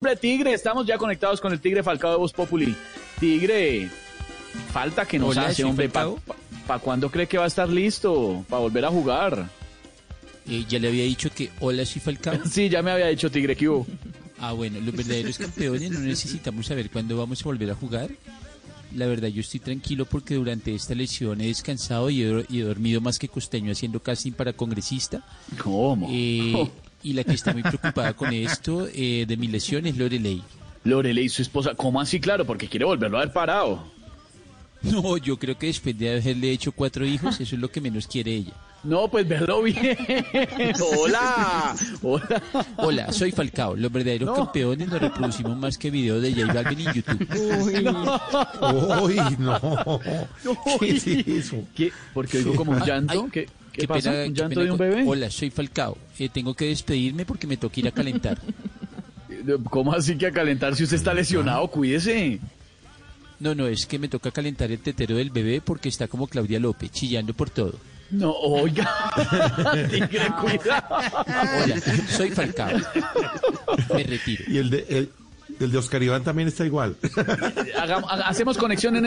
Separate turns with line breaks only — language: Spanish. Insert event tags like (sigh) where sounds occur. Hombre, Tigre, estamos ya conectados con el Tigre Falcao de Voz Populi. Tigre, falta que nos
Hola,
hace,
sí,
hombre. ¿Para
Falcao.
cuándo cree que va a estar listo? ¿Para volver a jugar? (laughs)
Eh, ya le había dicho que hola, soy Falcao.
Sí, ya me había dicho Tigre que hubo.
Ah, bueno, los verdaderos campeones no necesitamos saber cuándo vamos a volver a jugar. La verdad, yo estoy tranquilo porque durante esta lesión he descansado y he, y he dormido más que costeño haciendo casting para congresista.
¿Cómo?
Eh, y la que está muy preocupada con esto eh, de mi lesión es Lorelei.
Lorelei, su esposa. ¿Cómo así? Claro, porque quiere volverlo a haber parado.
No, yo creo que después de haberle hecho cuatro hijos, eso es lo que menos quiere ella.
No, pues verlo
(laughs)
bien. Hola. Hola.
Hola, soy Falcao. Los verdaderos
No.
campeones nos reproducimos más que videos de J Balvin en YouTube.
Uy, no. ¿Qué es eso?
¿Qué? Porque oigo como un llanto.
Ah, Ay,
¿Qué, qué
qué
pasa?
pena-
¿Un
qué
llanto
pena
de un
con-
bebé?
Hola, soy Falcao. Eh, tengo que despedirme porque me toca ir
(laughs)
a calentar.
Eh, ¿Cómo así que a calentar si usted
Ah.
está lesionado? Cuídese.
No, no, es que me toca calentar el tetero del bebé porque está como Claudia López, chillando por todo.
No, oiga. (laughs) Tigre, cuidado.
Hola, soy Falcao. Me retiro.
Y el de, el, el de Oscar Iván también está igual.
Hagam- ha- hacemos conexión en este.